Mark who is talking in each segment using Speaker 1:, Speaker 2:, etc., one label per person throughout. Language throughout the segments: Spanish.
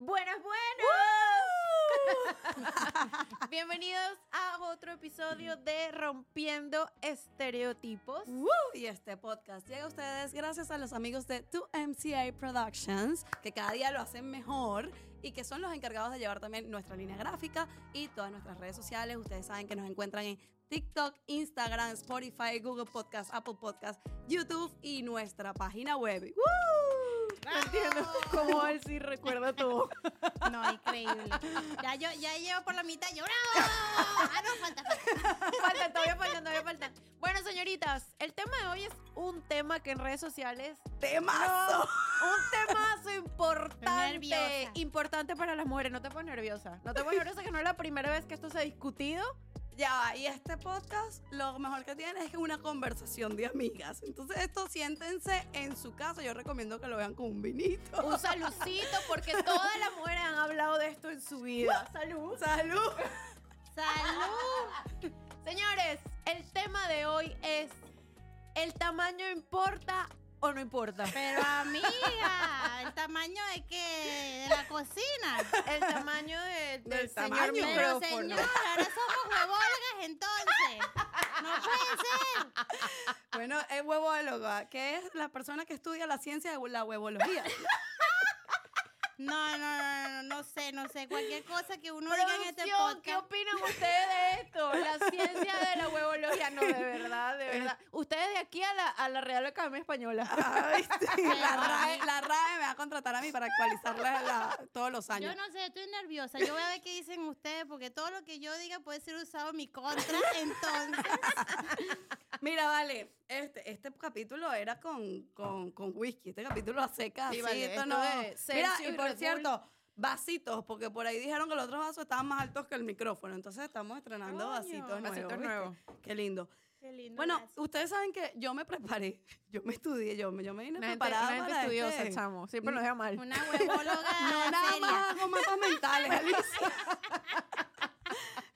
Speaker 1: Buenas, buenas. Bienvenidos a otro episodio de Rompiendo Estereotipos.
Speaker 2: ¡Woo! Y este podcast llega a ustedes gracias a los amigos de 2MCA Productions, que cada día lo hacen mejor y que son los encargados de llevar también nuestra línea gráfica y todas nuestras redes sociales. Ustedes saben que nos encuentran en TikTok, Instagram, Spotify, Google Podcast, Apple Podcast, YouTube y nuestra página web. ¡Woo!
Speaker 1: No entiendo cómo él sí recuerda todo.
Speaker 3: No, increíble. Ya yo ya llevo por la mitad, yo ¡bravo! Ah, no, falta, falta.
Speaker 1: Faltan, todavía faltan, todavía faltan. Bueno, señoritas, el tema de hoy es un tema que en redes sociales
Speaker 2: ¡Temazo!
Speaker 1: Un temazo importante.
Speaker 3: nerviosa.
Speaker 1: Importante para las mujeres. No te pones nerviosa. No te pones nerviosa que no es la primera vez que esto se ha discutido.
Speaker 2: Ya va, y este podcast lo mejor que tiene es que es una conversación de amigas. Entonces, esto siéntense en su casa. Yo recomiendo que lo vean con un vinito.
Speaker 1: Usa lucito porque todas las mujeres han hablado de esto en su vida. Salud.
Speaker 2: ¡Salud!
Speaker 3: Salud.
Speaker 1: Señores, el tema de hoy es ¿el tamaño importa o no importa?
Speaker 3: Pero amiga, el tamaño de que de la cocina.
Speaker 1: El tamaño de- del
Speaker 2: Del
Speaker 1: señor
Speaker 2: tamaño.
Speaker 3: Pero
Speaker 1: micrófono.
Speaker 3: señora, ahora somos huevolgas entonces. No puede ser.
Speaker 2: Bueno, es huevóloga, que es la persona que estudia la ciencia de la huevología.
Speaker 3: No, no, no, no, no sé, no sé. Cualquier cosa que uno diga en este
Speaker 1: Producción, ¿qué
Speaker 3: podcast.
Speaker 1: opinan ustedes de esto? La ciencia de la huevología. No, de verdad, de verdad. Ah, Ustedes de aquí a la, a la Real Academia Española.
Speaker 2: Ay, sí, la, RAE, la RAE me va a contratar a mí para actualizarla la- todos los años.
Speaker 3: Yo no sé, estoy nerviosa. Yo voy a ver qué dicen ustedes, porque todo lo que yo diga puede ser usado en mi contra. Entonces,
Speaker 2: Mira, vale, este, este capítulo era con, con, con whisky, este capítulo a secas.
Speaker 1: Sí,
Speaker 2: Sí,
Speaker 1: vale,
Speaker 2: esto
Speaker 1: esto
Speaker 2: no
Speaker 1: es
Speaker 2: Mira,
Speaker 1: Celsius y
Speaker 2: y por
Speaker 1: Red
Speaker 2: cierto, vasitos, porque por ahí dijeron que los otros vasos estaban más altos que el micrófono. Entonces estamos estrenando
Speaker 1: Coño,
Speaker 2: vasitos nuevos.
Speaker 1: vasitos
Speaker 2: ¿viste?
Speaker 1: nuevos.
Speaker 2: Qué lindo.
Speaker 3: qué lindo.
Speaker 2: bueno,
Speaker 3: gracias.
Speaker 2: ustedes saben que yo me preparé, yo me estudié, yo me, yo me vine
Speaker 1: Una gente,
Speaker 2: preparada
Speaker 1: una gente
Speaker 2: para
Speaker 1: estudiosa,
Speaker 2: este-
Speaker 1: chamo. Siempre nos deja mal.
Speaker 3: una huevóloga.
Speaker 2: No, nada
Speaker 3: seria.
Speaker 2: más hago mapas mentales, Alicia.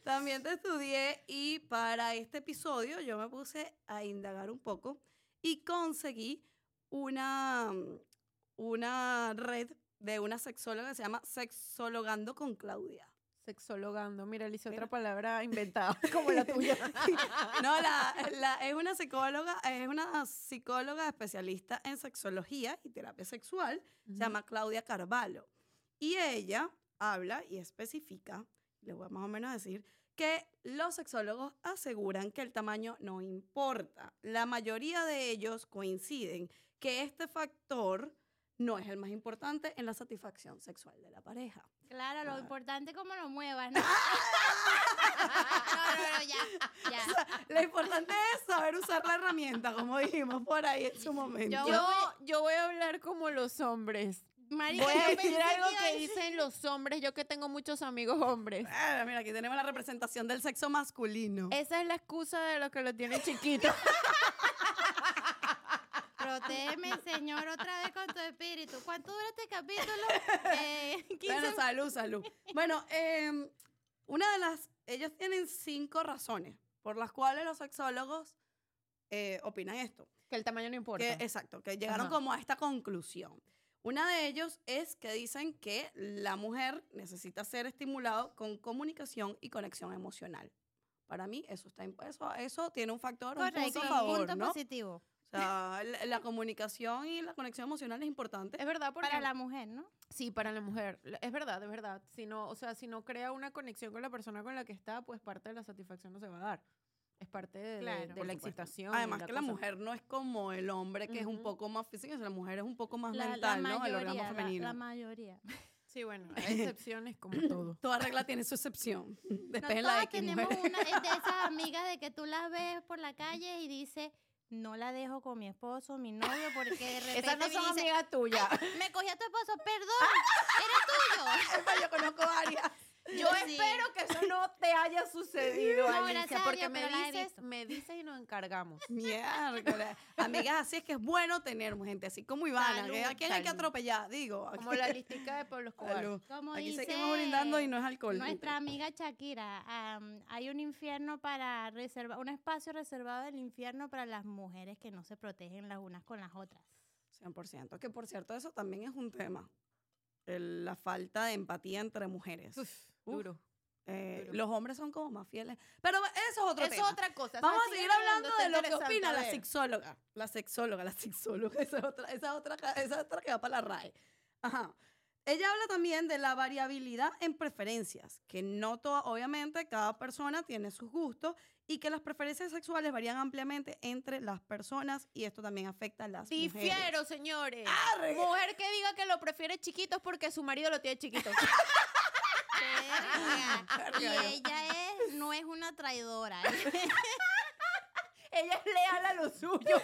Speaker 2: También te estudié y para este episodio yo me puse a indagar un poco y conseguí una, una red de una sexóloga que se llama Sexologando con Claudia.
Speaker 1: Sexologando. Mira, Alicia, otra palabra inventada, como la tuya.
Speaker 2: No, la, la- es una psicóloga, es una psicóloga especialista en sexología y terapia sexual, se llama Claudia Carvalho. Y ella habla y especifica, les voy a más o menos decir, que los sexólogos aseguran que el tamaño no importa. La mayoría de ellos coinciden que este factor no es el más importante en la satisfacción sexual de la pareja.
Speaker 3: Claro,
Speaker 2: Ah.
Speaker 3: lo importante es cómo lo muevas, ¿no? no, no, no, ya, ya.
Speaker 2: Lo importante es saber usar la herramienta, como dijimos por ahí en su momento.
Speaker 3: Yo-
Speaker 1: Yo, yo voy a hablar como los hombres.
Speaker 3: Marica,
Speaker 1: Voy a
Speaker 3: yo
Speaker 1: decir
Speaker 3: pensé
Speaker 1: algo
Speaker 3: iba a
Speaker 1: que
Speaker 3: decir-
Speaker 1: dicen los hombres, yo que tengo muchos amigos hombres.
Speaker 2: Ah, mira, aquí tenemos la representación del sexo masculino.
Speaker 1: Esa es la excusa de los que lo tienen chiquito.
Speaker 3: Protégeme, Señor, otra vez con tu espíritu. ¿Cuánto dura este capítulo? Eh, 15
Speaker 2: Bueno, salud, salud. Bueno, eh, una de las. Ellos tienen cinco razones por las cuales los sexólogos eh, opinan esto.
Speaker 1: Que el tamaño no importa.
Speaker 2: Que, exacto, que llegaron
Speaker 1: Ajá.
Speaker 2: como a esta conclusión. Una de ellos es que dicen que la mujer necesita ser estimulado con comunicación y conexión emocional. Para mí eso está imp- eso, eso tiene un factor un
Speaker 3: Correcto,
Speaker 2: punto a favor,
Speaker 3: punto
Speaker 2: ¿no?
Speaker 3: positivo.
Speaker 2: O sea, la, la comunicación y la conexión emocional es importante.
Speaker 1: es verdad porque
Speaker 3: Para la mujer, ¿no?
Speaker 1: sí para la mujer La- es verdad es verdad si no o sea si no crea una conexión con la persona con la que está pues parte de la satisfacción no se va a dar es parte de, de-
Speaker 3: Claro.
Speaker 1: de
Speaker 3: Por
Speaker 1: la
Speaker 2: supuesto.
Speaker 1: excitación
Speaker 2: Además
Speaker 1: y
Speaker 2: que la
Speaker 1: cosa.
Speaker 2: mujer no es como el hombre que es un poco más físico, la mujer es un poco más
Speaker 3: La, la
Speaker 2: mental, ¿no? El
Speaker 3: mayoría,
Speaker 2: órgano
Speaker 3: la-
Speaker 2: femenino.
Speaker 3: la mayoría.
Speaker 1: sí bueno hay excepciones como todo
Speaker 2: Toda regla tiene su excepción.
Speaker 3: No,
Speaker 2: Después
Speaker 3: todas
Speaker 2: la X,
Speaker 3: tenemos
Speaker 2: mujer.
Speaker 3: una es de esas amigas de que tú las ves por la calle y dices, no la dejo con mi esposo, mi novio, porque de repente
Speaker 1: esas no
Speaker 3: viene y
Speaker 1: son
Speaker 3: dice,
Speaker 1: amigas tuyas
Speaker 3: me cogí a tu esposo, perdón, era tuyo.
Speaker 2: Yo conozco varias.
Speaker 1: yo
Speaker 3: Sí.
Speaker 1: espero que eso no te haya sucedido
Speaker 3: No,
Speaker 1: Alicia,
Speaker 3: gracias a
Speaker 1: porque
Speaker 3: Dios,
Speaker 1: me
Speaker 3: pero las he
Speaker 1: dices
Speaker 3: visto.
Speaker 1: me dices y nos encargamos
Speaker 2: Miércoles. Amigas, así es que es bueno tener gente así como Ivana.
Speaker 1: Salud,
Speaker 2: que ¿A quién hay que
Speaker 1: salud.
Speaker 2: atropellar? Digo. aquí-
Speaker 1: como la listica de Pablo Escobar
Speaker 2: Salud.
Speaker 3: Como
Speaker 2: Aquí
Speaker 3: dice
Speaker 2: seguimos brindando y no es alcohol.
Speaker 3: Nuestra amiga Shakira, am, hay un infierno para reservar, un espacio reservado del infierno para las mujeres que no se protegen las unas con las otras.
Speaker 2: 100%. Que por cierto, eso también es un tema. el- la falta de empatía entre mujeres.
Speaker 1: Uf,
Speaker 2: Uf.
Speaker 1: duro.
Speaker 2: Eh,
Speaker 1: duro.
Speaker 2: los hombres son como más fieles. Pero bueno, eso es otro
Speaker 1: Es
Speaker 2: tema.
Speaker 1: otra cosa.
Speaker 2: Vamos
Speaker 1: ¿sabes?
Speaker 2: a seguir
Speaker 1: Sigan
Speaker 2: hablando
Speaker 1: está
Speaker 2: de lo que
Speaker 1: interesante,
Speaker 2: opina
Speaker 1: a
Speaker 2: la
Speaker 1: ver.
Speaker 2: sexóloga. La sexóloga, la sexóloga. Esa es otra, esa es otra, ca- esa es otra que va para la RAE. Ajá. Ella habla también de la variabilidad en preferencias, que no toda, obviamente, cada persona tiene sus gustos y que las preferencias sexuales varían ampliamente entre las personas y esto también afecta a las mujeres.
Speaker 1: Difiero, señores.
Speaker 2: Arre.
Speaker 1: Mujer que diga que lo prefiere chiquito es porque su marido lo tiene chiquito.
Speaker 3: Verga. Y ella es, no es una traidora.
Speaker 1: Ella es leal a lo suyo.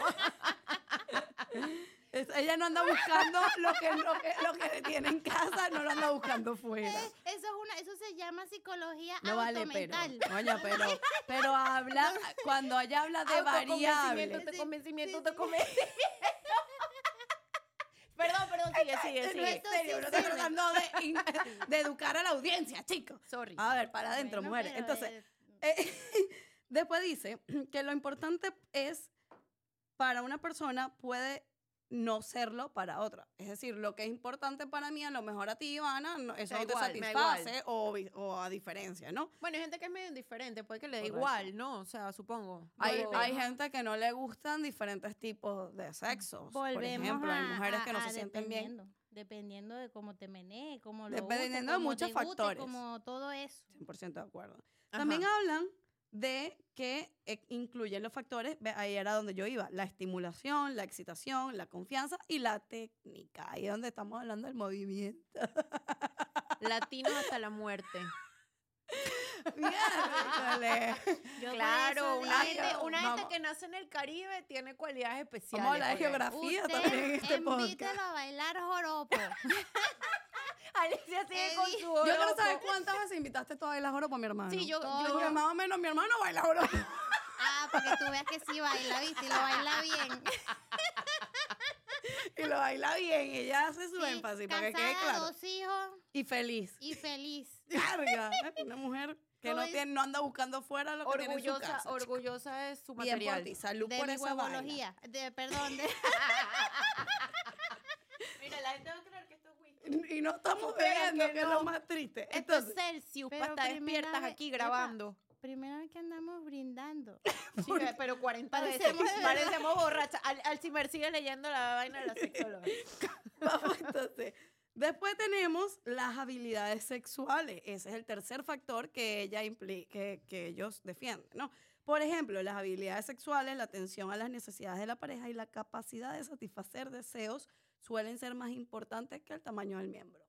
Speaker 2: Es- ella no anda buscando lo que, lo, que, lo que tiene en casa, no lo anda buscando fuera.
Speaker 3: Eso es una, eso se llama psicología
Speaker 2: No vale, pero,
Speaker 3: automental.
Speaker 2: coño, pero, pero habla, cuando ella habla de variable.
Speaker 1: Te
Speaker 3: Sí,
Speaker 1: convencimiento,
Speaker 3: sí,
Speaker 1: te
Speaker 3: sí.
Speaker 1: convencimiento. Perdón, perdón, sigue, sigue,
Speaker 2: No,
Speaker 1: sigue.
Speaker 2: en serio, no estoy tratando de, in- de educar a la audiencia, chicos.
Speaker 1: Sorry.
Speaker 2: A ver, para adentro,
Speaker 3: Bueno,
Speaker 2: mujeres.
Speaker 3: pero,
Speaker 2: Entonces,
Speaker 3: eh,
Speaker 2: eh, después dice que lo importante es, para una persona puede no serlo para otra. Es decir, lo que es importante para mí, a lo mejor a ti, Ivana, no- eso
Speaker 1: Da
Speaker 2: no te
Speaker 1: igual, me da igual.
Speaker 2: satisface o, vi- o a diferencia, ¿no?
Speaker 1: Bueno, hay gente que es medio indiferente, puede que le dé
Speaker 2: Correcto.
Speaker 1: igual, ¿no? O sea, supongo.
Speaker 2: Hay,
Speaker 1: Pero-
Speaker 2: hay gente que no le gustan diferentes tipos de sexos. por
Speaker 3: volvemos
Speaker 2: ejemplo, hay
Speaker 3: a-
Speaker 2: mujeres que no
Speaker 3: a-
Speaker 2: se
Speaker 3: a
Speaker 2: sienten bien.
Speaker 3: dependiendo, Dependiendo de cómo te menee, cómo lo
Speaker 2: Dependiendo
Speaker 3: uses,
Speaker 2: de
Speaker 3: cómo
Speaker 2: muchos
Speaker 3: te guste,
Speaker 2: factores.
Speaker 3: Como todo eso.
Speaker 2: 100% de acuerdo.
Speaker 1: Ajá.
Speaker 2: También hablan de que eh, incluyen los factores, ve, ahí era donde yo iba, la estimulación, la excitación, la confianza y la técnica. Ahí es donde estamos hablando del movimiento.
Speaker 1: Latinos hasta la muerte.
Speaker 2: Miércoles.
Speaker 3: Yo por
Speaker 1: Claro,
Speaker 3: eso
Speaker 1: una,
Speaker 3: digo,
Speaker 1: gente, una gente
Speaker 2: vamos.
Speaker 1: que nace en el Caribe tiene cualidades especiales.
Speaker 2: Vamos a hablar de
Speaker 1: porque-
Speaker 2: geografía también en
Speaker 3: Usted
Speaker 2: este podcast.
Speaker 3: invítelo a bailar joropo.
Speaker 1: Alicia sigue con
Speaker 3: Eddie.
Speaker 1: su
Speaker 2: Yo quiero
Speaker 1: oroco.
Speaker 2: saber cuántas veces invitaste tú a bailar joropo a mi hermano.
Speaker 1: Sí, yo-
Speaker 3: Coño.
Speaker 2: Porque más o menos mi hermano baila joropo.
Speaker 3: Ah, porque tú veas que sí baila, ¿viste? Y lo baila bien.
Speaker 2: y lo baila bien. Ella hace su
Speaker 3: Sí,
Speaker 2: énfasis para que quede
Speaker 3: casada,
Speaker 2: claro.
Speaker 3: dos hijos
Speaker 2: Y feliz.
Speaker 3: y feliz.
Speaker 2: Carga. Una mujer que
Speaker 3: Todo
Speaker 2: no,
Speaker 3: es-
Speaker 2: tiene, no anda buscando fuera lo que tiene en su
Speaker 1: Orgullosa,
Speaker 2: casa.
Speaker 1: orgullosa es su
Speaker 2: Bien por
Speaker 1: material.
Speaker 2: ti, salud
Speaker 3: de
Speaker 2: por
Speaker 3: mi
Speaker 2: esa vaina.
Speaker 3: huevología. De, perdón, de,
Speaker 1: Mira, la gente va a creer que esto es whisky.
Speaker 2: Y no estamos
Speaker 1: Vean
Speaker 2: bebiendo,
Speaker 1: que
Speaker 2: que, es
Speaker 1: no.
Speaker 2: lo más triste.
Speaker 1: Esto es
Speaker 2: Entonces,
Speaker 1: Celsius,
Speaker 3: Pero
Speaker 1: hasta
Speaker 3: primera
Speaker 1: despiertas
Speaker 3: vez-
Speaker 1: aquí
Speaker 3: epa.
Speaker 1: grabando.
Speaker 3: primera vez que andamos brindando.
Speaker 1: Sí, ve- pero 40 veces.
Speaker 3: Parecemos de verdad.
Speaker 1: Parecemos borrachas. Al, Alzheimer sigue leyendo la vaina de la sexóloga.
Speaker 2: vamos entonces. Después tenemos las habilidades sexuales. Ese es el tercer factor que, ella impli- que, que ellos defienden, ¿no? Por ejemplo, las habilidades sexuales, la atención a las necesidades de la pareja y la capacidad de satisfacer deseos suelen ser más importantes que el tamaño del miembro.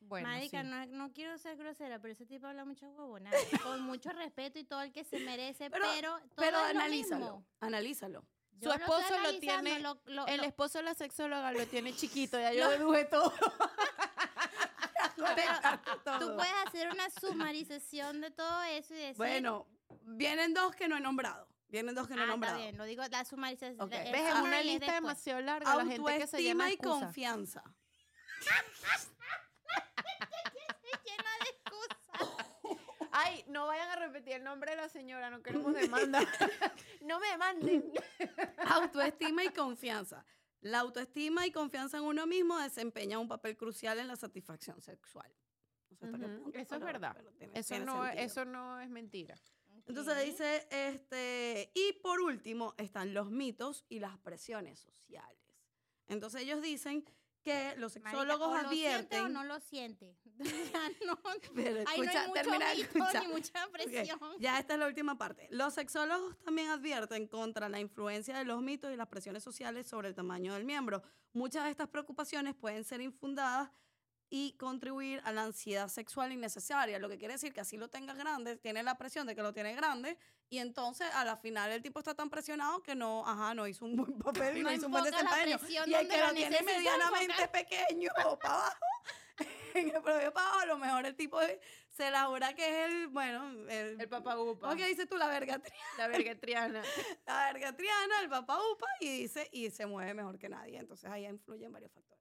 Speaker 1: Bueno,
Speaker 3: Marica,
Speaker 1: sí.
Speaker 3: no, no quiero ser grosera, pero ese tipo habla mucho huevonada. con mucho respeto y todo el que se merece,
Speaker 2: Pero-
Speaker 3: pero, todo
Speaker 2: Pero
Speaker 3: es lo
Speaker 2: analízalo,
Speaker 3: mismo.
Speaker 2: analízalo.
Speaker 3: Yo
Speaker 1: Su
Speaker 3: estoy
Speaker 1: esposo lo
Speaker 3: analizando,
Speaker 1: tiene-
Speaker 3: lo- lo-
Speaker 1: El
Speaker 3: lo-
Speaker 1: esposo de la sexóloga lo tiene chiquito, ya yo deduje todo.
Speaker 3: Tú puedes hacer una sumarización de todo eso y decir.
Speaker 2: Bueno, vienen dos que no he nombrado. Vienen dos que no
Speaker 3: ah,
Speaker 2: he
Speaker 3: está
Speaker 2: nombrado.
Speaker 3: bien, lo digo, la sumarización.
Speaker 2: Ok.
Speaker 3: la- el
Speaker 1: Ves, es una
Speaker 3: summary
Speaker 1: lista
Speaker 3: después.
Speaker 1: demasiado larga la gente que se llama
Speaker 2: Autoestima y
Speaker 1: excusa.
Speaker 2: confianza.
Speaker 3: Llena de excusas.
Speaker 1: Ay, no vayan a repetir el nombre de la señora, no queremos demanda. no me demanden.
Speaker 2: Autoestima y confianza. La autoestima y confianza en uno mismo desempeña un papel crucial en la satisfacción sexual. No sé hasta qué
Speaker 1: Ujú,
Speaker 2: punto,
Speaker 1: eso es
Speaker 2: pero-
Speaker 1: verdad.
Speaker 2: pero tiene-
Speaker 1: Eso
Speaker 2: tiene
Speaker 1: no,
Speaker 2: sentido.
Speaker 1: eso no es mentira.
Speaker 2: Entonces
Speaker 3: Ok.
Speaker 2: dice, este, y por último están los mitos y las presiones sociales. Entonces ellos dicen que los
Speaker 3: Marica,
Speaker 2: sexólogos
Speaker 3: o
Speaker 2: advierten.
Speaker 3: Lo siente o no lo siente. O sea, no,
Speaker 2: Pero
Speaker 3: ahí no
Speaker 2: escucha,
Speaker 3: hay mucho
Speaker 2: termina de
Speaker 3: mito
Speaker 2: escuchar.
Speaker 3: ni mucha
Speaker 2: Ok,
Speaker 3: presión.
Speaker 2: Ya esta es la última parte. Los sexólogos también advierten contra la influencia de los mitos y las presiones sociales sobre el tamaño del miembro. Muchas de estas preocupaciones pueden ser infundadas y contribuir a la ansiedad sexual innecesaria, lo que quiere decir que así lo tengas grande, tiene la presión de que lo tiene grande y entonces a la final el tipo está tan presionado que no, ajá, no hizo un buen papel y no,
Speaker 3: No
Speaker 2: hizo un buen
Speaker 3: enfoca la
Speaker 2: desempeño.
Speaker 3: presión
Speaker 2: Y el
Speaker 3: donde
Speaker 2: que
Speaker 3: la
Speaker 2: lo tiene
Speaker 3: necesita
Speaker 2: medianamente
Speaker 3: enfocar.
Speaker 2: pequeño para abajo, en el promedio para abajo, a lo mejor el tipo es- se la jura que es el, bueno, el,
Speaker 1: El papá upa,
Speaker 2: ¿Cómo que dices tú? La verga, tri-
Speaker 1: la vergetriana.
Speaker 2: la verga triana, el papá upa, y dice, y se mueve mejor que nadie. Entonces ahí influyen varios factores.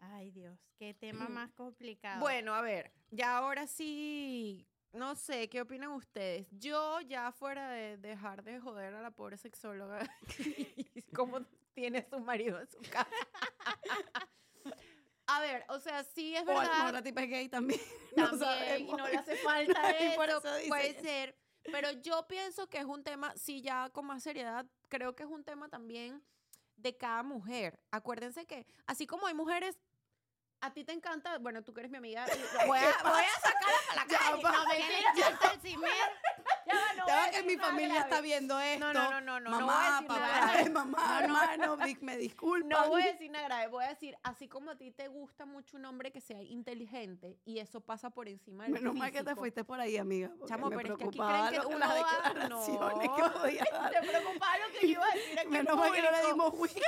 Speaker 3: Ay, Dios, qué tema más complicado.
Speaker 1: Bueno, a ver, ya ahora sí, no sé, ¿qué opinan ustedes? Yo ya fuera de dejar de joder a la pobre sexóloga y cómo tiene a su marido en su casa. A ver, o sea, sí es
Speaker 2: O a lo mejor
Speaker 1: verdad.
Speaker 2: la tipa es gay también. no
Speaker 1: También, y
Speaker 2: sabemos.
Speaker 1: no le hace falta
Speaker 2: Y por
Speaker 1: eso,
Speaker 2: eso dice
Speaker 1: puede
Speaker 2: eso.
Speaker 1: ser. Pero yo pienso que es un tema, sí, ya con más seriedad, creo que es un tema también de cada mujer. Acuérdense que, así como hay mujeres, a ti te encanta, bueno, tú que eres mi amiga, y- voy a, voy a sacarla para la
Speaker 2: Ya
Speaker 1: calle.
Speaker 2: va.
Speaker 1: No,
Speaker 3: ¿Qué le
Speaker 1: mentira.
Speaker 3: encanta el cimer?
Speaker 1: Ya va, no voy
Speaker 2: Ya
Speaker 1: a
Speaker 2: va que
Speaker 1: decir
Speaker 2: mi
Speaker 1: nada
Speaker 2: familia
Speaker 1: grave.
Speaker 2: está viendo
Speaker 1: No,
Speaker 2: esto.
Speaker 1: no, no, no, no, no voy a
Speaker 2: Mamá,
Speaker 1: decir nada
Speaker 2: papá,
Speaker 1: grave.
Speaker 2: mamá, hermano, Vic, me disculpan.
Speaker 1: No voy a decir nada grave, voy a decir, así como a ti te gusta mucho un hombre que sea inteligente y eso pasa por encima del
Speaker 2: Menos mal que te
Speaker 1: físico.
Speaker 2: fuiste por ahí, amiga. porque
Speaker 1: Chamo,
Speaker 2: me
Speaker 1: pero es que aquí
Speaker 2: preocupaba
Speaker 1: creen que
Speaker 2: lo-
Speaker 1: uno
Speaker 2: las
Speaker 1: va-
Speaker 2: declaraciones
Speaker 1: No.
Speaker 2: que podía
Speaker 1: Te
Speaker 2: dar.
Speaker 1: preocupaba lo que yo iba a decir aquí en
Speaker 2: Menos mal que no le
Speaker 1: público.
Speaker 2: dimos wiki.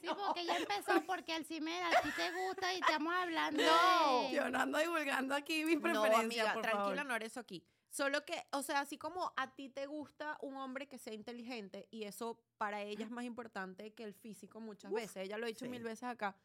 Speaker 3: Sí, porque ya empezó porque el cimer a ti te gusta y estamos hablando
Speaker 1: No.
Speaker 3: de-
Speaker 2: Yo no ando divulgando aquí mis preferencias,
Speaker 1: No, amiga,
Speaker 2: por
Speaker 1: tranquila,
Speaker 2: favor.
Speaker 1: no eres eso aquí. Solo que, o sea, así como a ti te gusta un hombre que sea inteligente y eso para ella es más importante que el físico muchas
Speaker 2: Uf,
Speaker 1: veces, ella lo ha dicho
Speaker 2: sí.
Speaker 1: mil veces acá,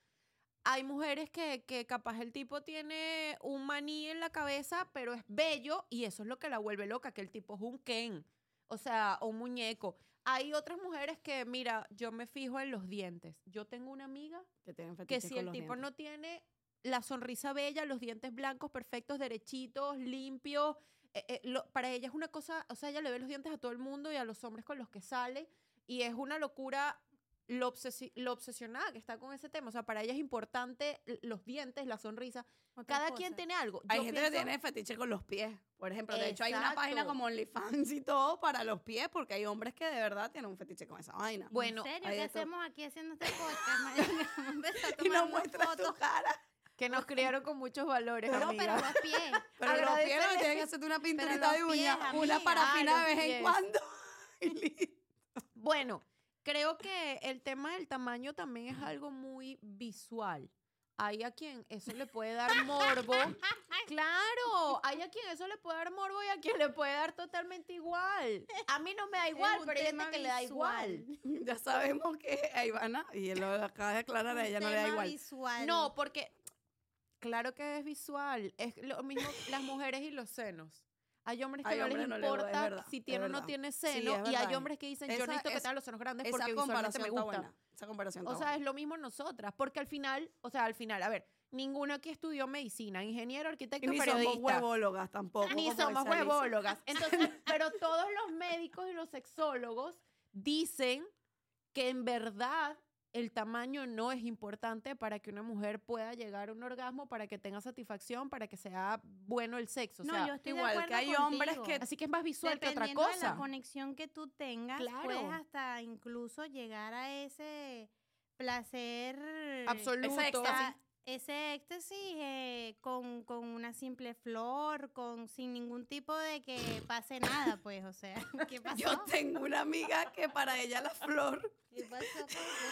Speaker 1: hay mujeres que, que capaz el tipo tiene un maní en la cabeza, pero es bello y eso es lo que la vuelve loca, que el tipo es un Ken, o sea, o un muñeco. Hay otras mujeres que, mira, yo me fijo en los dientes. Yo tengo una amiga
Speaker 2: Que, tienen
Speaker 1: que
Speaker 2: fetiches
Speaker 1: si
Speaker 2: con
Speaker 1: el
Speaker 2: los
Speaker 1: tipo
Speaker 2: dientes.
Speaker 1: no tiene la sonrisa bella, los dientes blancos, perfectos, derechitos, limpios, eh, eh, lo- para ella es una cosa, o sea, ella le ve los dientes a todo el mundo y a los hombres con los que sale, y es una locura lo, obsesi- lo obsesionada que está con ese tema. O sea, para ella es importante l- los dientes, la sonrisa. Cada quien tiene algo.
Speaker 2: Hay
Speaker 1: Yo
Speaker 2: gente que
Speaker 1: pienso-
Speaker 2: tiene fetiche con los pies. Por ejemplo, de hecho hay una página
Speaker 1: Exacto.
Speaker 2: como OnlyFans y todo para los pies porque hay hombres que de verdad tienen un fetiche con esa vaina.
Speaker 1: Bueno,
Speaker 3: ¿En serio?
Speaker 2: hay
Speaker 3: ¿Qué
Speaker 2: de todo.
Speaker 3: hacemos aquí haciendo este podcast? marica? Vamos a empezar
Speaker 2: y no
Speaker 3: tomando
Speaker 2: muestras tu
Speaker 3: fotos.
Speaker 2: cara.
Speaker 1: que nos criaron con muchos valores.
Speaker 3: No, pero
Speaker 1: amiga.
Speaker 3: los pies.
Speaker 2: Pero los pies
Speaker 1: Agradecerle-
Speaker 2: no tienen que hacerte una pinturita
Speaker 3: los
Speaker 2: de uña,
Speaker 3: pies,
Speaker 2: una
Speaker 3: amiga.
Speaker 2: parafina
Speaker 1: Ay,
Speaker 2: de
Speaker 1: Ah, los
Speaker 2: vez en
Speaker 1: pies.
Speaker 2: cuando. Y listo.
Speaker 1: Bueno, creo que el tema del tamaño también es algo muy visual. Hay a quien eso le puede dar morbo. Claro, hay a quien eso le puede dar morbo y a quien le puede dar totalmente igual. A mí no me da igual,
Speaker 3: un
Speaker 1: pero hay gente
Speaker 3: tema
Speaker 1: que le da
Speaker 3: visual.
Speaker 1: igual.
Speaker 2: ya sabemos que a Ivana, y él lo acaba de aclarar, a ella no le da
Speaker 3: Tema
Speaker 2: igual.
Speaker 3: visual.
Speaker 1: No, pues, porque claro que es visual. Es lo mismo las mujeres y los senos. Hay hombres que
Speaker 2: Hay
Speaker 1: no les
Speaker 2: hombres no les- es
Speaker 1: importa
Speaker 2: verdad,
Speaker 1: si
Speaker 2: es
Speaker 1: tiene o no
Speaker 2: verdad.
Speaker 1: tiene
Speaker 2: Sí, es
Speaker 1: seno y hay
Speaker 2: verdad.
Speaker 1: hombres que dicen, yo
Speaker 2: Esa-
Speaker 1: necesito que
Speaker 2: esa-
Speaker 1: tengan los senos grandes
Speaker 2: Esa
Speaker 1: porque visualmente
Speaker 2: comparación
Speaker 1: me
Speaker 2: está
Speaker 1: gusta.
Speaker 2: buena. Esa comparación
Speaker 1: O
Speaker 2: está
Speaker 1: sea, es
Speaker 2: buena.
Speaker 1: lo mismo nosotras, porque al final, o sea, al final, a ver, ninguno aquí estudió medicina, ingeniero,
Speaker 2: Y
Speaker 1: arquitecto,
Speaker 2: ni somos
Speaker 1: periodista.
Speaker 2: huevólogas tampoco.
Speaker 1: ni
Speaker 2: como
Speaker 1: somos
Speaker 2: dice Alicia.
Speaker 1: huevólogas. Entonces, pero todos los médicos y los sexólogos dicen que en verdad el tamaño no es importante para que una mujer pueda llegar a un orgasmo, para que tenga satisfacción, para que sea bueno el sexo. O
Speaker 3: No,
Speaker 1: sea,
Speaker 3: yo estoy de
Speaker 2: igual que
Speaker 3: acuerdo
Speaker 2: hay hombres
Speaker 3: contigo.
Speaker 2: que-
Speaker 1: así que es más visual que otra
Speaker 3: Dependiendo de la
Speaker 1: cosa.
Speaker 3: conexión que tú tengas,
Speaker 1: Claro.
Speaker 3: puedes hasta incluso llegar a ese placer
Speaker 1: Absoluto.
Speaker 2: Esa éxtasis.
Speaker 3: a- ese éxtasis eh, con, con una simple flor, con sin ningún tipo de que pase nada, pues, o sea, ¿qué pasó?
Speaker 2: Yo tengo una amiga que para ella la flor
Speaker 3: ¿Qué pasó?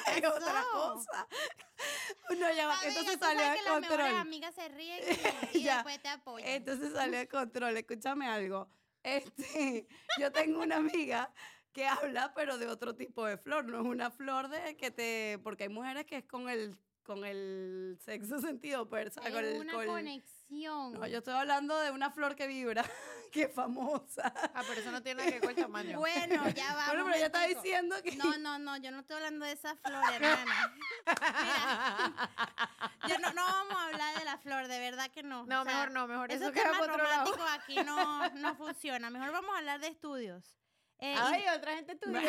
Speaker 3: ¿Qué
Speaker 2: es
Speaker 3: pasó?
Speaker 2: otra cosa. No, ya va, que
Speaker 3: Amiga,
Speaker 2: entonces
Speaker 3: tú
Speaker 2: salió
Speaker 3: sabes
Speaker 2: de
Speaker 3: que Las
Speaker 2: control.
Speaker 3: mejores amigas se ríen y, y
Speaker 2: Ya.
Speaker 3: después te apoyan.
Speaker 2: Entonces salió de control. Escúchame algo. Este, yo tengo una amiga que habla, pero de otro tipo de flor. No es una flor de que te. Porque hay mujeres que es con el, con el sexo sentido persa.
Speaker 3: Es
Speaker 2: Con el,
Speaker 3: una
Speaker 2: con-
Speaker 3: conexión.
Speaker 2: No, yo estoy hablando de una flor que vibra, que es famosa.
Speaker 1: Ah, pero eso no tiene nada que ver con el tamaño.
Speaker 3: Bueno, ya va.
Speaker 2: bueno,
Speaker 3: un
Speaker 2: pero ella está
Speaker 3: momentico.
Speaker 2: diciendo que.
Speaker 3: No, no, no, yo no estoy hablando de esa flor, hermana. Yo no, no vamos a hablar de la flor, de verdad que no.
Speaker 1: no,
Speaker 3: O sea,
Speaker 1: mejor no, mejor eso
Speaker 3: Esos
Speaker 1: queda
Speaker 3: temas
Speaker 1: por otro lado.
Speaker 3: románticos aquí no, no funciona. Mejor vamos a hablar de estudios. Eh,
Speaker 1: Ay, otra gente estudiosa.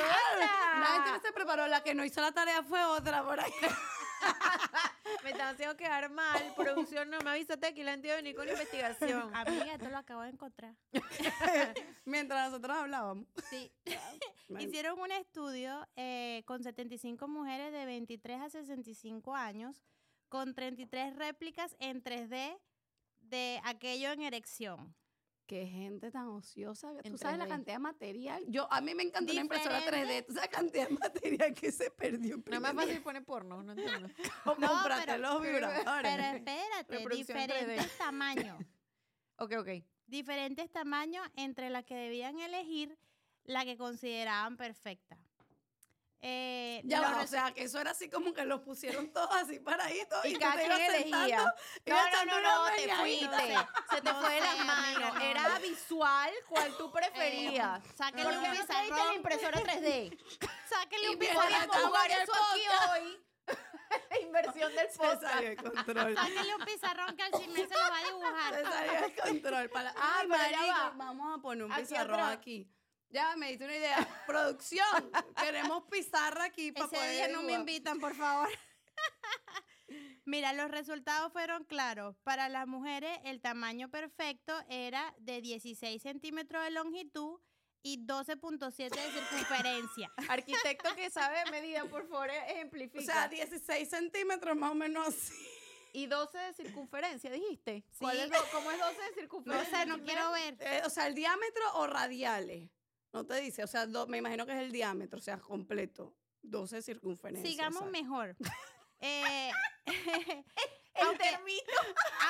Speaker 2: La gente no se preparó, la que no hizo la tarea fue otra por ahí.
Speaker 1: Me están haciendo quedar mal. Producción, no me avisaste aquí, la gente iba a venir con investigación.
Speaker 3: y- amiga, esto lo acabo de encontrar.
Speaker 2: Mientras nosotros hablábamos.
Speaker 3: Sí. Hicieron un estudio eh, con 75 mujeres de 23 a 65 años, con 33 réplicas en 3D de aquello en erección.
Speaker 2: Qué gente tan ociosa.
Speaker 1: En
Speaker 2: Tú sabes la
Speaker 1: 3D.
Speaker 2: cantidad de material. Yo, a mí me encanta una impresora
Speaker 3: Diferente.
Speaker 2: 3D. Tú sabes la cantidad de material que se perdió.
Speaker 1: No es más
Speaker 2: primero.
Speaker 1: fácil poner porno, no entiendo.
Speaker 2: O
Speaker 3: No,
Speaker 2: comprarte
Speaker 3: pero-
Speaker 2: los vibradores.
Speaker 3: Pero espérate,
Speaker 1: Reproducción 3D.
Speaker 3: diferentes tamaños.
Speaker 1: Ok, ok.
Speaker 3: diferentes tamaños entre las que debían elegir la que consideraban perfecta. Eh,
Speaker 2: ya
Speaker 3: los
Speaker 2: va, o
Speaker 3: resu-
Speaker 2: sea, que eso era así como que los pusieron todos así paraditos.
Speaker 1: Y
Speaker 2: tú
Speaker 1: cada
Speaker 2: te
Speaker 1: quien
Speaker 2: ibas
Speaker 1: elegía.
Speaker 2: sentando,
Speaker 1: No,
Speaker 2: ibas
Speaker 1: no,
Speaker 2: echando
Speaker 1: no,
Speaker 2: una
Speaker 1: no, te
Speaker 2: media ahí,
Speaker 1: fuiste.
Speaker 2: no sé.
Speaker 1: Se te
Speaker 3: No
Speaker 1: fue de
Speaker 3: sé,
Speaker 1: las manos.
Speaker 3: amiga, no.
Speaker 1: Era visual cual tú preferías.
Speaker 3: Eh, sáquenle
Speaker 1: ¿Por
Speaker 3: un
Speaker 1: qué no traíste
Speaker 3: pizarrón.
Speaker 1: la impresora 3D?
Speaker 3: sáquenle un
Speaker 2: Bien,
Speaker 3: pizarrón.
Speaker 1: Podríamos
Speaker 2: estamos
Speaker 1: jugar
Speaker 2: en el
Speaker 1: eso aquí hoy. inversión del
Speaker 2: Se
Speaker 1: podcast.
Speaker 2: salió de control.
Speaker 3: Sáquenle un pizarrón que al chisme se lo va a
Speaker 2: Se
Speaker 3: dibujar.
Speaker 2: salió de control. Para... Ah, Ay,
Speaker 1: pero ya
Speaker 2: marico,
Speaker 1: va.
Speaker 2: vamos a poner un
Speaker 1: Aquí
Speaker 2: pizarrón
Speaker 1: atrás.
Speaker 2: aquí. Ya, me diste una idea. Producción, queremos pizarra aquí para
Speaker 3: Ese
Speaker 2: poder
Speaker 3: día no me
Speaker 2: dibujar.
Speaker 3: invitan, por favor. Mira, los resultados fueron claros. Para las mujeres, el tamaño perfecto era de 16 centímetros de longitud y 12.7 de circunferencia.
Speaker 1: Arquitecto que sabe de medida, por favor, ejemplifica.
Speaker 2: O sea, 16 centímetros más o menos así.
Speaker 1: y 12 de circunferencia, dijiste. ¿Cuál
Speaker 3: Sí.
Speaker 1: es do- ¿Cómo es 12 de
Speaker 3: No
Speaker 1: circunferencia?
Speaker 3: sé, no
Speaker 1: Jimena?
Speaker 3: quiero ver.
Speaker 2: Eh, o sea, el diámetro o radiales. No te dice. O sea, do- me imagino que es el diámetro, o sea, completo. 12 circunferencias.
Speaker 3: Sigamos
Speaker 2: ¿sabes?
Speaker 3: mejor. Eh,
Speaker 1: El
Speaker 3: aunque-
Speaker 1: termito.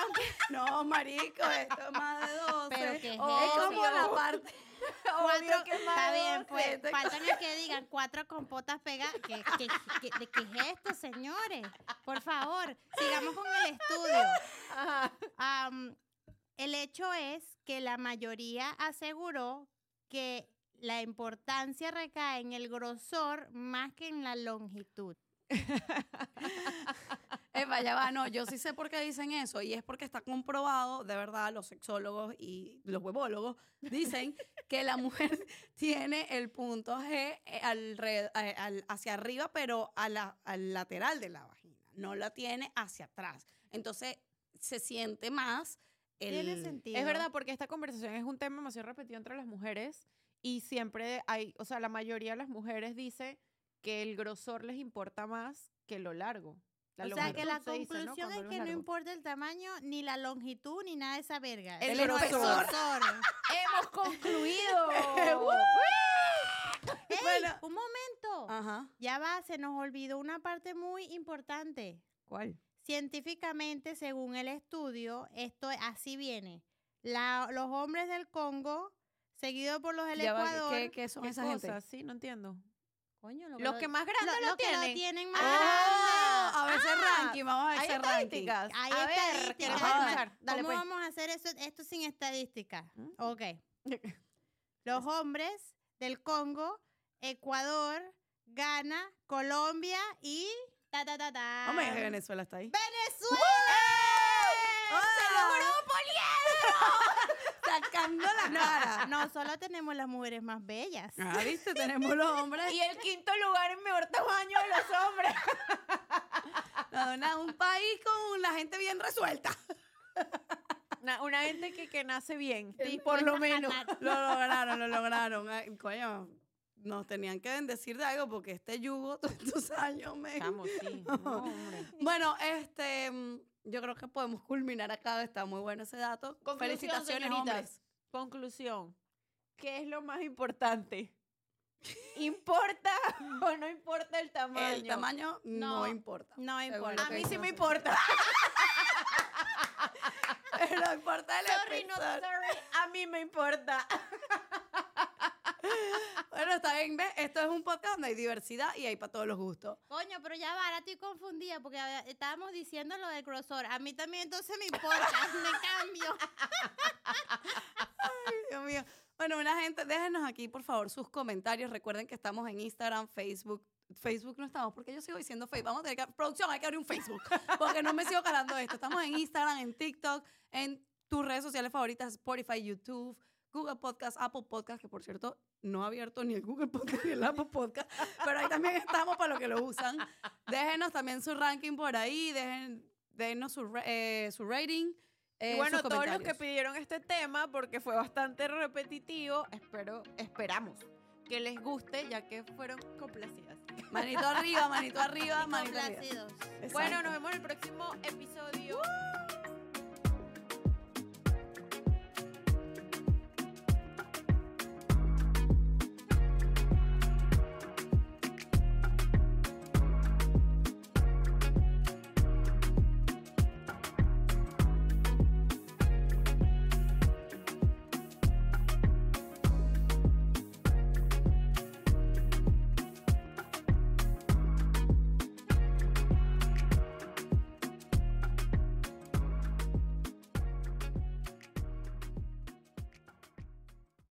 Speaker 3: aunque
Speaker 2: No, marico, esto es más de 12.
Speaker 3: Pero ¿qué es
Speaker 2: es
Speaker 3: eso?
Speaker 2: como la parte.
Speaker 3: cuatro,
Speaker 1: Obvio que es más
Speaker 3: está
Speaker 1: de
Speaker 3: bien,
Speaker 1: 12.
Speaker 3: pues,
Speaker 2: Este-
Speaker 3: faltan los que digan cuatro compotas pegadas. ¿Qué, qué, qué- de qué es esto, señores? Por favor, sigamos con el estudio.
Speaker 1: Ajá.
Speaker 3: Am, el hecho es que la mayoría aseguró que la importancia recae en el grosor más que en la longitud.
Speaker 2: Eh, vaya, va, no, yo sí sé por qué dicen eso y es porque está comprobado, de verdad, los sexólogos y los huevólogos dicen que la mujer tiene el punto G eh, alred- eh, al- hacia arriba, pero a la- al lateral de la vagina, no la tiene hacia atrás. Entonces se siente más el...
Speaker 3: Tiene sentido.
Speaker 1: Es verdad, porque esta conversación es un tema demasiado repetido entre las mujeres y siempre hay, o sea, la mayoría de las mujeres dice que el grosor les importa más que lo largo. La
Speaker 3: O sea, que
Speaker 1: longitud
Speaker 3: la
Speaker 1: se dice, ¿no?
Speaker 3: conclusión
Speaker 1: Cuando
Speaker 3: es
Speaker 1: algo
Speaker 3: que no
Speaker 1: largo.
Speaker 3: importa el tamaño, ni la longitud, ni nada de esa verga.
Speaker 1: El
Speaker 3: Sino
Speaker 1: grosor.
Speaker 3: grosor.
Speaker 1: ¡Hemos concluido!
Speaker 3: ¡Ey,
Speaker 2: Bueno.
Speaker 3: un momento!
Speaker 2: Ajá.
Speaker 3: Ya va, se nos olvidó una parte muy importante.
Speaker 1: ¿Cuál?
Speaker 3: Científicamente, según el estudio, esto así viene. La- los hombres del Congo, seguido por los del
Speaker 2: Ya va,
Speaker 3: Ecuador.
Speaker 2: ¿qué, qué son
Speaker 1: ¿Qué
Speaker 2: esa gente?
Speaker 1: cosa? Sí, no entiendo.
Speaker 3: Coño, lo
Speaker 1: Los
Speaker 3: lo-
Speaker 1: que más grandes
Speaker 3: lo-
Speaker 1: lo,
Speaker 3: los que
Speaker 1: tienen.
Speaker 3: más
Speaker 2: Oh,
Speaker 3: grande.
Speaker 2: a ver ese
Speaker 1: Ah,
Speaker 2: ranking, vamos a ver
Speaker 1: Hay
Speaker 2: ese ranking.
Speaker 1: estadísticas.
Speaker 3: Hay
Speaker 1: a ver,
Speaker 3: estadísticas.
Speaker 1: ¿quieres
Speaker 2: Ajá.
Speaker 1: escuchar? Dale,
Speaker 3: ¿Cómo
Speaker 1: pues.
Speaker 3: vamos a hacer eso, esto sin estadística?
Speaker 1: Mm.
Speaker 3: Ok. Los hombres del Congo, Ecuador, Ghana, Colombia y... Ta, ta, ta, ta.
Speaker 2: Hombre, Venezuela está ahí. ¡Ah!
Speaker 3: ¡Venezuela!
Speaker 2: Sacando la cara.
Speaker 3: No solo tenemos las mujeres más bellas.
Speaker 2: Ah, viste, tenemos los hombres.
Speaker 1: Y el quinto lugar en mejor tamaño de los hombres.
Speaker 2: No, no, un país con la gente bien resuelta.
Speaker 1: Una, una gente que, que nace bien,
Speaker 3: Sí,
Speaker 1: por lo
Speaker 3: pues,
Speaker 1: menos.
Speaker 3: ganar.
Speaker 2: Lo lograron, lo lograron. Ay, coño, nos tenían que bendecir de algo porque este yugo, tantos años, me.
Speaker 1: Chamo, sí. no, hombre.
Speaker 2: Bueno, este, mm, yo creo que podemos culminar acá. Está muy bueno ese dato.
Speaker 1: Conclusión,
Speaker 2: Felicitaciones,
Speaker 1: señoritas.
Speaker 2: hombres.
Speaker 1: Conclusión. ¿Qué es lo más importante? ¿Importa o no importa el tamaño?
Speaker 2: El tamaño no,
Speaker 3: No,
Speaker 2: importa.
Speaker 3: no
Speaker 2: Según
Speaker 3: importa.
Speaker 2: lo
Speaker 1: A
Speaker 2: que
Speaker 1: mí
Speaker 2: dice
Speaker 1: sí me
Speaker 2: nosotros.
Speaker 1: importa.
Speaker 2: Pero importa el
Speaker 1: Sorry, no
Speaker 2: episodio.
Speaker 1: sorry. A mí me importa.
Speaker 2: Bueno, está bien, ¿ves? Esto es un podcast donde hay diversidad y hay para todos los gustos.
Speaker 3: Coño, pero ya va, ahora estoy confundida porque a- estábamos diciendo lo del grosor. A mí también entonces me importa, me cambio.
Speaker 2: Dios mío. Bueno, una gente, déjenos aquí, por favor, sus comentarios. Recuerden que estamos en Instagram, Facebook. Facebook no estamos, porque yo sigo diciendo Facebook. Vamos a tener que, producción, hay que abrir un Facebook, porque no me sigo calando esto. Estamos en Instagram, en TikTok, en tus redes sociales favoritas, Spotify, YouTube, Google Podcast, Apple Podcast, que por cierto, no ha abierto ni el Google Podcast ni el Apple Podcast, pero ahí también estamos para los que lo usan. Déjenos también su ranking por ahí, dejen, déjenos su, ra- eh, su rating. eh,
Speaker 1: y bueno,
Speaker 2: sus
Speaker 1: todos los que
Speaker 2: comentarios.
Speaker 1: pidieron este tema, porque fue bastante repetitivo, espero, esperamos que les guste, ya que fueron complacidas.
Speaker 2: Manito arriba, manito arriba, manito arriba.
Speaker 3: Complacidos.
Speaker 2: Exacto.
Speaker 1: Bueno, nos vemos en el próximo episodio.